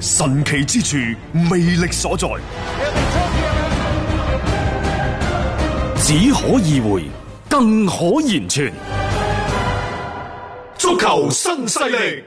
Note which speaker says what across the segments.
Speaker 1: 神奇之處，魅力所在，
Speaker 2: 只可意會，更可言傳。
Speaker 1: 足球新勢力。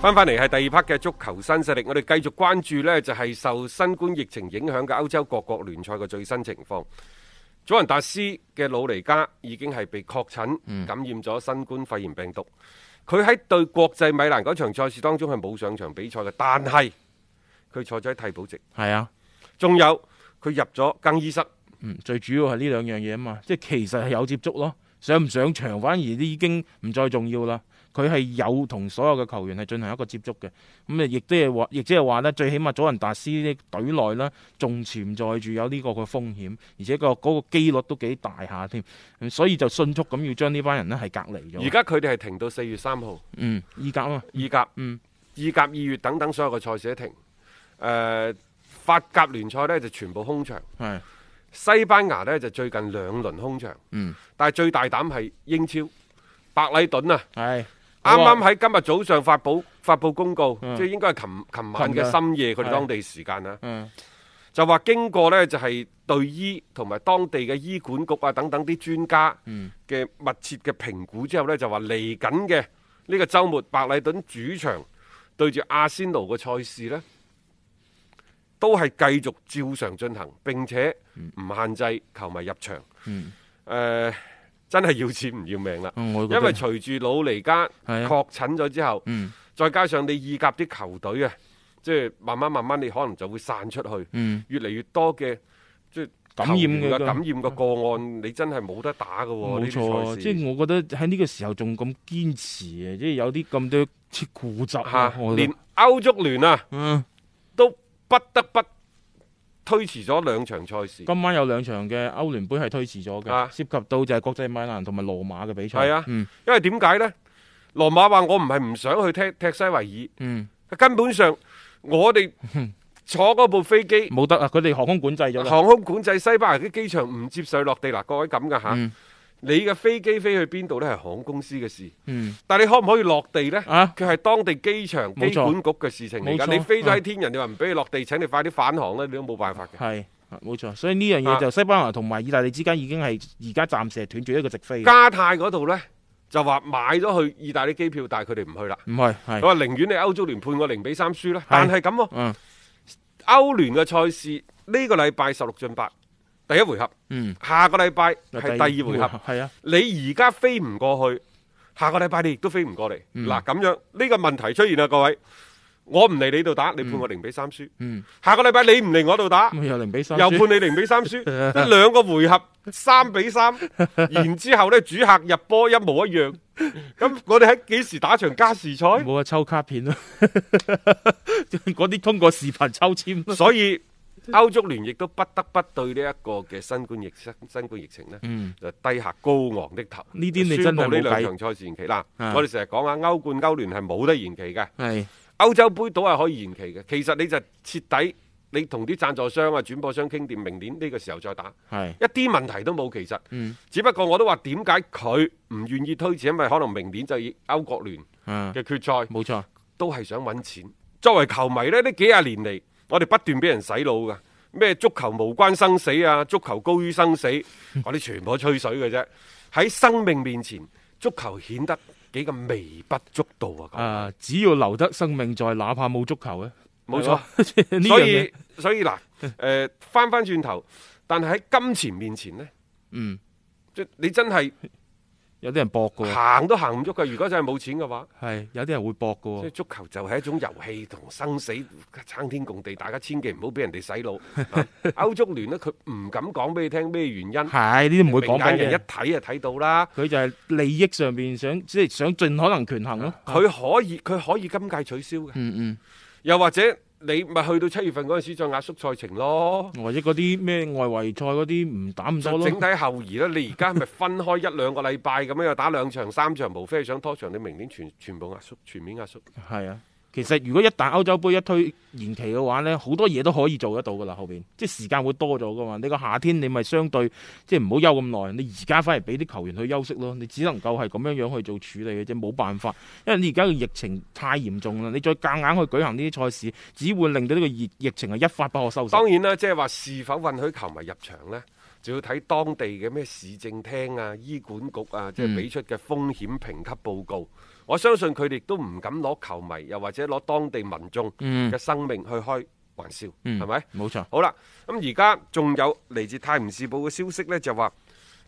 Speaker 3: 翻翻嚟係第二 part 嘅足球新勢力，我哋繼續關注呢就係、受新冠疫情影響嘅歐洲各國聯賽嘅最新情況。祖雲達斯嘅魯尼加已經係被確診感染咗新冠肺炎病毒，佢喺對國際米蘭嗰場賽事當中係冇上場比賽嘅，但係佢坐咗喺替補席，
Speaker 4: 係啊，
Speaker 3: 仲有佢入咗更衣室。
Speaker 4: 嗯，最主要係呢兩樣嘢啊嘛，即係其實係有接觸咯，上唔上場反而已經唔再重要啦。佢係有同所有嘅球員係進行一個接觸嘅，咁啊，亦都係話，亦即係話呢，最起碼祖雲達斯呢隊內啦，仲潛在住有呢個嘅風險，而且個嗰個機率都幾大下添，咁所以就迅速咁要將呢班人呢係隔離咗。
Speaker 3: 而家佢哋係停到四月三號，
Speaker 4: 嗯，意甲啊嘛，
Speaker 3: 意甲、
Speaker 4: 嗯
Speaker 3: 意甲、二月等等所有嘅賽事都停。誒、法甲聯賽呢就全部空場。
Speaker 4: 係
Speaker 3: 西班牙呢就最近兩輪空場，
Speaker 4: 嗯
Speaker 3: 但係最大膽係英超，白禮頓啊，
Speaker 4: 係
Speaker 3: 啱啱喺今日早上發布發布公告，
Speaker 4: 啊嗯
Speaker 3: 即係應該係琴琴晚
Speaker 4: 琴
Speaker 3: 嘅
Speaker 4: 日
Speaker 3: 深夜佢哋
Speaker 4: 係
Speaker 3: 當地時間啊，
Speaker 4: 嗯
Speaker 3: 就話經過呢就係隊醫同埋當地嘅醫管局啊等等啲專家
Speaker 4: 嗯
Speaker 3: 嘅密切嘅評估之後呢，就話嚟緊嘅呢個週末白禮頓主場對住阿仙奴嘅賽事呢，都係繼續照常進行，並且唔限制球迷入場。
Speaker 4: 嗯
Speaker 3: 誒、真係要錢唔要命啦！
Speaker 4: 嗯我覺
Speaker 3: 因
Speaker 4: 得
Speaker 3: 為隨住老尼加
Speaker 4: 係啊
Speaker 3: 確診咗之後，
Speaker 4: 嗯
Speaker 3: 再加上你意甲啲球隊啊，即係慢慢慢慢，你可能就會散出去，
Speaker 4: 嗯
Speaker 3: 越嚟越多嘅即係
Speaker 4: 感染嘅
Speaker 3: 球員嘅
Speaker 4: 個
Speaker 3: 感染嘅個案，你真係冇得打嘅喎。呢
Speaker 4: 冇
Speaker 3: 啲
Speaker 4: 錯，
Speaker 3: 賽事
Speaker 4: 即係我覺得喺呢個時候仲咁堅持嘅，即係有啲咁多切固執啊，
Speaker 3: 嚇，
Speaker 4: 我覺
Speaker 3: 連
Speaker 4: 得
Speaker 3: 歐足聯啊
Speaker 4: 嗯。
Speaker 3: 都不得不推遲咗兩場賽事。
Speaker 4: 今晚有兩場嘅歐聯杯係推遲咗嘅，
Speaker 3: 啊
Speaker 4: 涉及到就係國際米蘭同埋羅馬嘅比賽。
Speaker 3: 係啊
Speaker 4: 嗯
Speaker 3: 因為點解呢？羅馬話我唔係唔想去踢踢西維
Speaker 4: 嗯，
Speaker 3: 爾，根本上我哋坐嗰部飛機。
Speaker 4: 冇得啊！佢哋航空管制咗啦。
Speaker 3: 航空管制西班牙啲機場唔接上落地嗱，各位咁噶吓。
Speaker 4: 嗯
Speaker 3: 你嘅飛機飛去邊度呢？係航空公司嘅事，
Speaker 4: 嗯，
Speaker 3: 但你可唔可以落地呢？
Speaker 4: 啊
Speaker 3: 佢係當地機場機
Speaker 4: 冇錯
Speaker 3: 管局嘅事情嚟
Speaker 4: 冇
Speaker 3: 㗎。
Speaker 4: 錯
Speaker 3: 你飛咗喺天人，你話唔俾你落地，請你快啲返航呢，你都冇辦法嘅。
Speaker 4: 係啊冇錯。所以呢樣嘢就西班牙同埋意大利之間已經係而家暫時係斷絕一個直飛嘅。
Speaker 3: 加泰嗰度呢，就話買咗去意大利機票，但係佢哋唔去啦。
Speaker 4: 唔係
Speaker 3: 佢
Speaker 4: 係
Speaker 3: 話寧願你歐足聯判我零比三輸啦。但係咁喎，
Speaker 4: 嗯
Speaker 3: 歐聯嘅賽事呢個禮拜十六進八，第一回合，
Speaker 4: 嗯
Speaker 3: 下個禮拜係第二回合。
Speaker 4: 係啊，
Speaker 3: 你而家飛唔過去，下個禮拜你亦都飛唔過嚟。嗱咁樣呢個問題出現啦，各位，我唔嚟你度打，你判我零比三輸。
Speaker 4: 嗯
Speaker 3: 下個禮拜你唔嚟我度打，
Speaker 4: 咁又零比三
Speaker 3: 又
Speaker 4: 輸。
Speaker 3: 判你零比三輸， 即兩個回合三比三，然之後呢，主客入波一模一樣。咁我哋喺幾時打場加時賽？
Speaker 4: 冇啊，抽卡片咯， 嗰啲通過視頻抽籤 咯。
Speaker 3: 所以歐足聯亦都不得不對呢一個嘅新冠疫新新冠疫情呢，
Speaker 4: 嗯
Speaker 3: 就低下高昂的頭。
Speaker 4: 呢啲你真係
Speaker 3: 宣布呢
Speaker 4: 冇計
Speaker 3: 兩場賽事延期嗱，
Speaker 4: 啊
Speaker 3: 我哋成日講啊，歐冠、歐聯係冇得延期嘅，
Speaker 4: 係
Speaker 3: 歐洲杯都係可以延期嘅。其實你就徹底，你同啲贊助商啊、轉播商傾掂，明年呢個時候再打，
Speaker 4: 係
Speaker 3: 一啲問題都冇。其實，
Speaker 4: 嗯
Speaker 3: 只不過我都話點解佢唔願意推遲，因為可能明年就要歐國聯
Speaker 4: 啊，
Speaker 3: 嘅決賽。
Speaker 4: 冇錯。
Speaker 3: 都係想揾錢。作為球迷呢，呢幾廿年嚟，我哋不斷俾人洗腦噶，咩足球無關生死啊，足球高於生 死，嗰啲全部都吹水嘅啫。喺生命面前，足球顯得幾咁微不足道啊！
Speaker 4: 啊，只要留得生命在，哪怕冇足球咧，
Speaker 3: 冇錯。
Speaker 4: 呢樣
Speaker 3: 所
Speaker 4: 嘢
Speaker 3: 以所以 嗱，誒翻翻轉頭，但係喺金錢面前呢，
Speaker 4: 嗯，
Speaker 3: 即你真係
Speaker 4: 有啲人搏噶，
Speaker 3: 行都行唔喐嘅。如果真係冇錢嘅話，
Speaker 4: 係有啲人會搏噶
Speaker 3: 即係。足球就係一種遊戲同生死爭天共地，大家千祈唔好俾人哋洗 腦。啊歐足聯呢，佢唔敢講俾你聽咩原因，
Speaker 4: 係呢啲唔會講
Speaker 3: 明眼
Speaker 4: 俾
Speaker 3: 人一
Speaker 4: 人，
Speaker 3: 睇就睇到啦。
Speaker 4: 佢就係利益上邊想即係想盡可能權衡咯。
Speaker 3: 佢可以佢可以今屆取消嘅，
Speaker 4: 啊嗯
Speaker 3: 又或者你咪去到七月份嗰陣時再壓縮賽程咯。
Speaker 4: 嗯，或者嗰啲咩外圍賽嗰啲唔打咁多
Speaker 3: 就
Speaker 4: 咯
Speaker 3: 整。體後移啦，你而家係咪分開一兩個禮拜咁樣又打兩場、三場，無非係想拖長你明年全全部壓縮、全面壓縮。
Speaker 4: 係啊，其實如果一旦歐洲杯一推延期嘅話呢，好多嘢都可以做得到噶啦，後邊即係時間會多咗噶嘛。你個夏天你咪相對即係唔好休咁耐，你而家翻嚟俾啲球員去休息咯，你只能夠係咁樣樣去做處理嘅啫，冇辦法，因為你而家嘅疫情太嚴重啦，你再夾硬去舉行呢啲賽事，只會令到呢個疫疫情係一發不可收拾。
Speaker 3: 當然啦，即係話是否允許球迷入場呢？就要睇當地嘅咩市政廳啊、醫管局啊，即
Speaker 4: 嗯
Speaker 3: 係俾出嘅風險評級報告。我相信佢哋都唔敢攞球迷，又或者攞當地民眾
Speaker 4: 嗯
Speaker 3: 嘅生命去開玩笑，
Speaker 4: 嗯
Speaker 3: 係咪、
Speaker 4: 冇錯，
Speaker 3: 好啦，咁而家仲有嚟自《泰晤士報》嘅消息呢，就話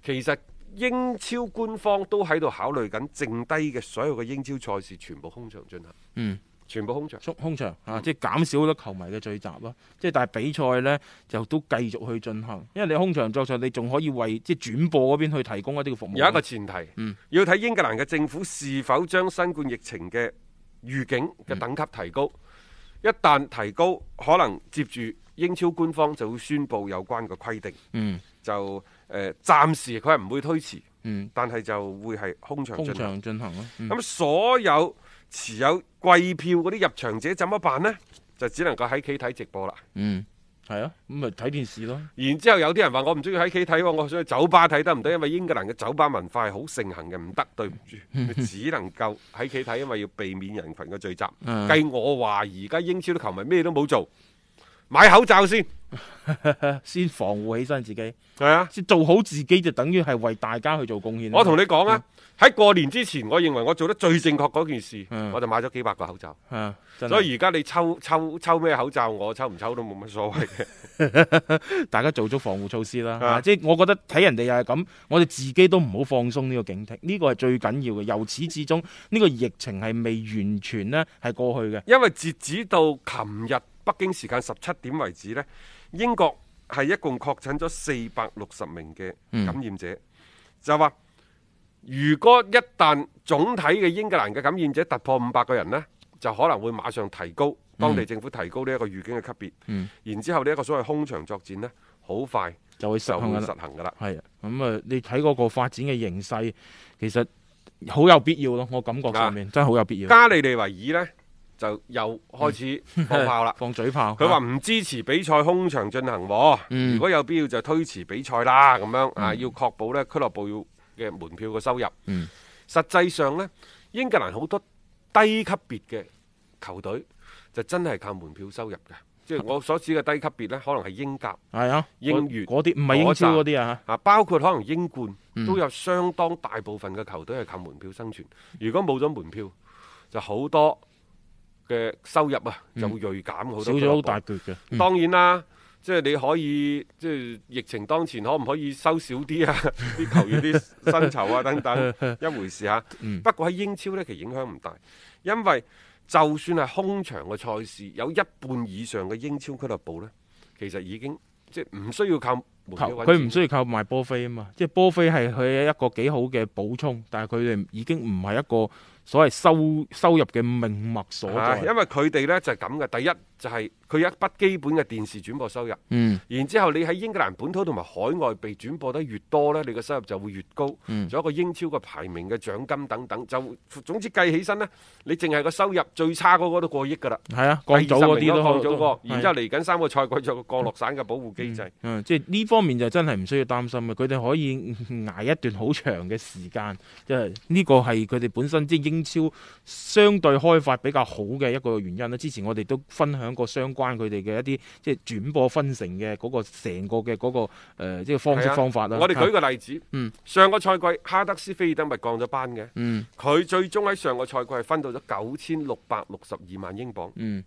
Speaker 3: 其實英超官方都喺度考慮緊，剩低嘅所有嘅英超賽事全部空場進行，
Speaker 4: 嗯。
Speaker 3: 全部空場。
Speaker 4: 縮空場
Speaker 3: 嗯
Speaker 4: 啊，即係減少咗球迷嘅聚集咯。即係但係比賽呢，就都繼續去進行，因為你空場作賽，你仲可以為即係轉播嗰邊去提供一啲嘅服務。
Speaker 3: 有一個前提，
Speaker 4: 嗯
Speaker 3: 要睇英格蘭嘅政府是否將新冠疫情嘅預警
Speaker 4: 嗯
Speaker 3: 嘅等級提高。一旦提高，可能接住英超官方就會宣布有關嘅規定，
Speaker 4: 嗯
Speaker 3: 就誒、呃、暫時佢係唔會推遲，
Speaker 4: 嗯，
Speaker 3: 但係就會係空場
Speaker 4: 空
Speaker 3: 進行。
Speaker 4: 場進行咯。嗯
Speaker 3: 咁所有持有貴票嗰啲入場者怎麼辦呢？就只能夠喺企睇直播啦。
Speaker 4: 嗯，係啊，咁咪睇電視咯。
Speaker 3: 然之後有啲人話我唔中意喺企睇喎，我想去酒吧睇得唔得？因為英格蘭嘅酒吧文化係好盛行嘅，唔得，對唔住，
Speaker 4: 嗯
Speaker 3: 你只能夠喺企睇，因為要避免人群嘅聚集。
Speaker 4: 嗯
Speaker 3: 計我話而家英超啲球迷咩都冇做，買口罩先，
Speaker 4: 先防護起身自己，
Speaker 3: 係啊！
Speaker 4: 先做好自己就等於係為大家去做貢獻。
Speaker 3: 我同你講
Speaker 4: 嗯
Speaker 3: 啊，喺過年之前，我認為我做得最正確嗰件事，
Speaker 4: 嗯
Speaker 3: 我就買咗幾百個口罩。
Speaker 4: 係啊，真係
Speaker 3: 所以而家你抽抽抽咩口罩，我抽唔抽都冇乜所謂嘅。
Speaker 4: 大家做足防護措施啦。
Speaker 3: 啊
Speaker 4: 啊即係我覺得睇人哋又係咁，我哋自己都唔好放鬆呢個警惕，呢個係最緊要嘅。由始至終，呢個疫情係未完全呢係過去嘅。
Speaker 3: 因為截止到琴日北京時間十七點為止呢英國係一共確診咗四百六十名嘅
Speaker 4: 嗯
Speaker 3: 感染者，就話如果一旦總體嘅英格蘭嘅感染者突破五百個人呢，就可能會馬上提高當地政府提高呢一個預警嘅級別，
Speaker 4: 嗯
Speaker 3: 然之後呢一個所謂空場作戰呢，好快
Speaker 4: 就會實
Speaker 3: 就會
Speaker 4: 行㗎啦
Speaker 3: 實行㗎啦。
Speaker 4: 係啊，咁啊，你睇嗰個發展嘅形勢，其實好有必要咯。我感覺上面真係好有必要。。
Speaker 3: 啊加利利維爾呢，就又開始放炮啦
Speaker 4: 嗯放嘴炮。
Speaker 3: 佢話唔支持比賽空場進行喎，
Speaker 4: 嗯
Speaker 3: 如果有必要就推遲比賽啦，咁樣啊，要確保呢俱樂部要嘅門票嘅收入。
Speaker 4: 嗯
Speaker 3: 實際上呢，英格蘭好多低級別嘅球隊就真係靠門票收入嘅，即
Speaker 4: 啊
Speaker 3: 係我所指嘅低級別呢，可能係英甲
Speaker 4: 係啊，
Speaker 3: 英
Speaker 4: 嗰
Speaker 3: 乙
Speaker 4: 嗰啲唔係英
Speaker 3: 嗰
Speaker 4: 超嗰啲啊。
Speaker 3: 啊，包括可能英冠
Speaker 4: 嗯
Speaker 3: 都有相當大部分嘅球隊係靠門票生存。如果冇咗門票，就好多嘅收入啊就會鋭減好多
Speaker 4: 少
Speaker 3: 俱
Speaker 4: 咗
Speaker 3: 樂
Speaker 4: 好
Speaker 3: 部
Speaker 4: 大橛嘅。嗯
Speaker 3: 當然啦，即係你可以，即係疫情當前，可唔可以收少 啲啊？啲球員啲薪酬啊等等，一回事嚇。
Speaker 4: 嗯
Speaker 3: 不過喺英超呢，其實影響唔大，因為就算係空場嘅賽事，有一半以上嘅英超俱樂部呢，其實已經即係唔需要靠門
Speaker 4: 球
Speaker 3: 票
Speaker 4: 佢唔需
Speaker 3: 要。
Speaker 4: 要靠賣波飛啊嘛，即係波飛係佢一個幾好嘅補充，但係佢哋已經唔係一個所謂收收入嘅命脈所
Speaker 3: 啊因
Speaker 4: 在。
Speaker 3: 為佢哋呢就係咁嘅，第一就係佢有一筆基本嘅電視轉播收入，
Speaker 4: 嗯，
Speaker 3: 然之後你喺英格蘭本土同埋海外被轉播得越多呢，你嘅收入就會越高。仲、
Speaker 4: 嗯
Speaker 3: 有一個英超嘅排名嘅獎金等等，就總之計起身呢，你淨係個收入最差嗰個都過億㗎啦。
Speaker 4: 係啊，降組嗰啲
Speaker 3: 都
Speaker 4: 都
Speaker 3: 降
Speaker 4: 都
Speaker 3: 組過，然之後
Speaker 4: 係
Speaker 3: 嚟緊三個賽季有個降落傘嘅保護機制。
Speaker 4: 嗯，即係呢方面就真係唔需要擔心嘅，佢哋可以捱一段好長嘅時間，即係呢個係佢哋本身即係英超相對開發比較好嘅一個原因啦。之前我哋都分享過相關佢哋嘅一啲即係轉播分成嘅嗰個成個嘅嗰個呃即係方式
Speaker 3: 係啊
Speaker 4: 方法啦。
Speaker 3: 我哋舉個例子，
Speaker 4: 嗯
Speaker 3: 上個賽季哈德斯菲爾德咪降咗班嘅，
Speaker 4: 嗯。
Speaker 3: 佢最終喺上個賽季係分到咗九千六百六十二萬英鎊。
Speaker 4: 嗯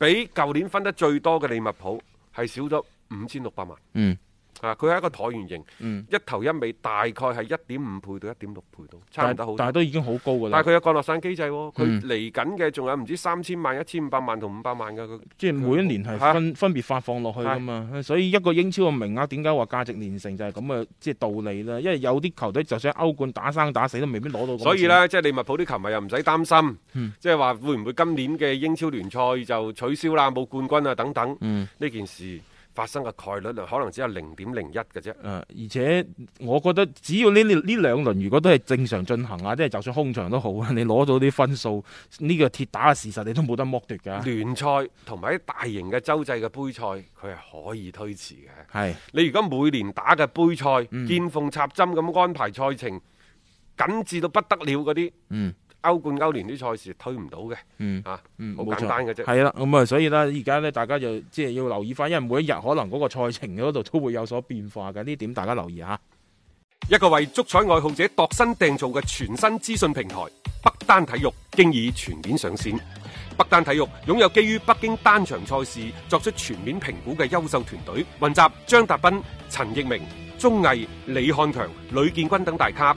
Speaker 3: 比舊年分得最多嘅利物浦係少咗五千六百萬。
Speaker 4: 嗯，
Speaker 3: 啊，佢係一個橢圓形，
Speaker 4: 嗯
Speaker 3: 一頭一尾大概係一點五倍到一點六倍到，差唔
Speaker 4: 但
Speaker 3: 多好多
Speaker 4: 但係都已經好高㗎
Speaker 3: 但
Speaker 4: 啦
Speaker 3: 係，佢有降落傘機制喎，
Speaker 4: 嗯
Speaker 3: 佢嚟緊嘅仲有唔知三千萬、一千五百萬同五百萬嘅佢。
Speaker 4: 即係每一年係
Speaker 3: 嚇
Speaker 4: 分分別發放落去㗎嘛，所以一個英超嘅名額點解話價值連城就係咁嘅即係道理啦，因為有啲球隊就算喺歐冠打生打死都未必攞到咁嘅錢。
Speaker 3: 所以呢，即係利物浦啲球迷又唔使擔心，
Speaker 4: 嗯
Speaker 3: 即係話會唔會今年嘅英超聯賽就取消啦，冇冠軍啊等等。呢、
Speaker 4: 嗯。
Speaker 3: 件事發生嘅概率啊，可能只有零點零一嘅啫。
Speaker 4: 誒，而且我覺得只要呢呢呢兩輪如果都係正常進行啊，即係就算空場都好啊，你攞到啲分數，呢、個鐵打嘅事實你都冇得剝奪㗎。
Speaker 3: 聯賽同埋啲大型嘅洲際嘅杯賽，佢係可以推遲嘅。
Speaker 4: 係，
Speaker 3: 你如果每年打嘅杯賽，
Speaker 4: 嗯
Speaker 3: 見縫插針咁安排賽程，緊致到不得了嗰啲
Speaker 4: 嗯
Speaker 3: 歐冠、歐聯啲賽事推唔到嘅，
Speaker 4: 嗯
Speaker 3: 啊，好、
Speaker 4: 嗯，冇
Speaker 3: 簡
Speaker 4: 錯
Speaker 3: 單嘅啫。
Speaker 4: 係啦，咁啊，所以呢，而家呢，大家就即係要留意翻，因為每一日可能嗰個賽程嗰度都會有所變化嘅，呢點大家留意下。
Speaker 3: 一個為足彩愛好者度身訂造嘅全新資訊平台北單體育，經已全面上線。北單體育擁有基於北京單場賽事作出全面評估嘅優秀團隊，雲集張達斌、陳奕明、鐘毅、李漢強、呂建軍等大咖，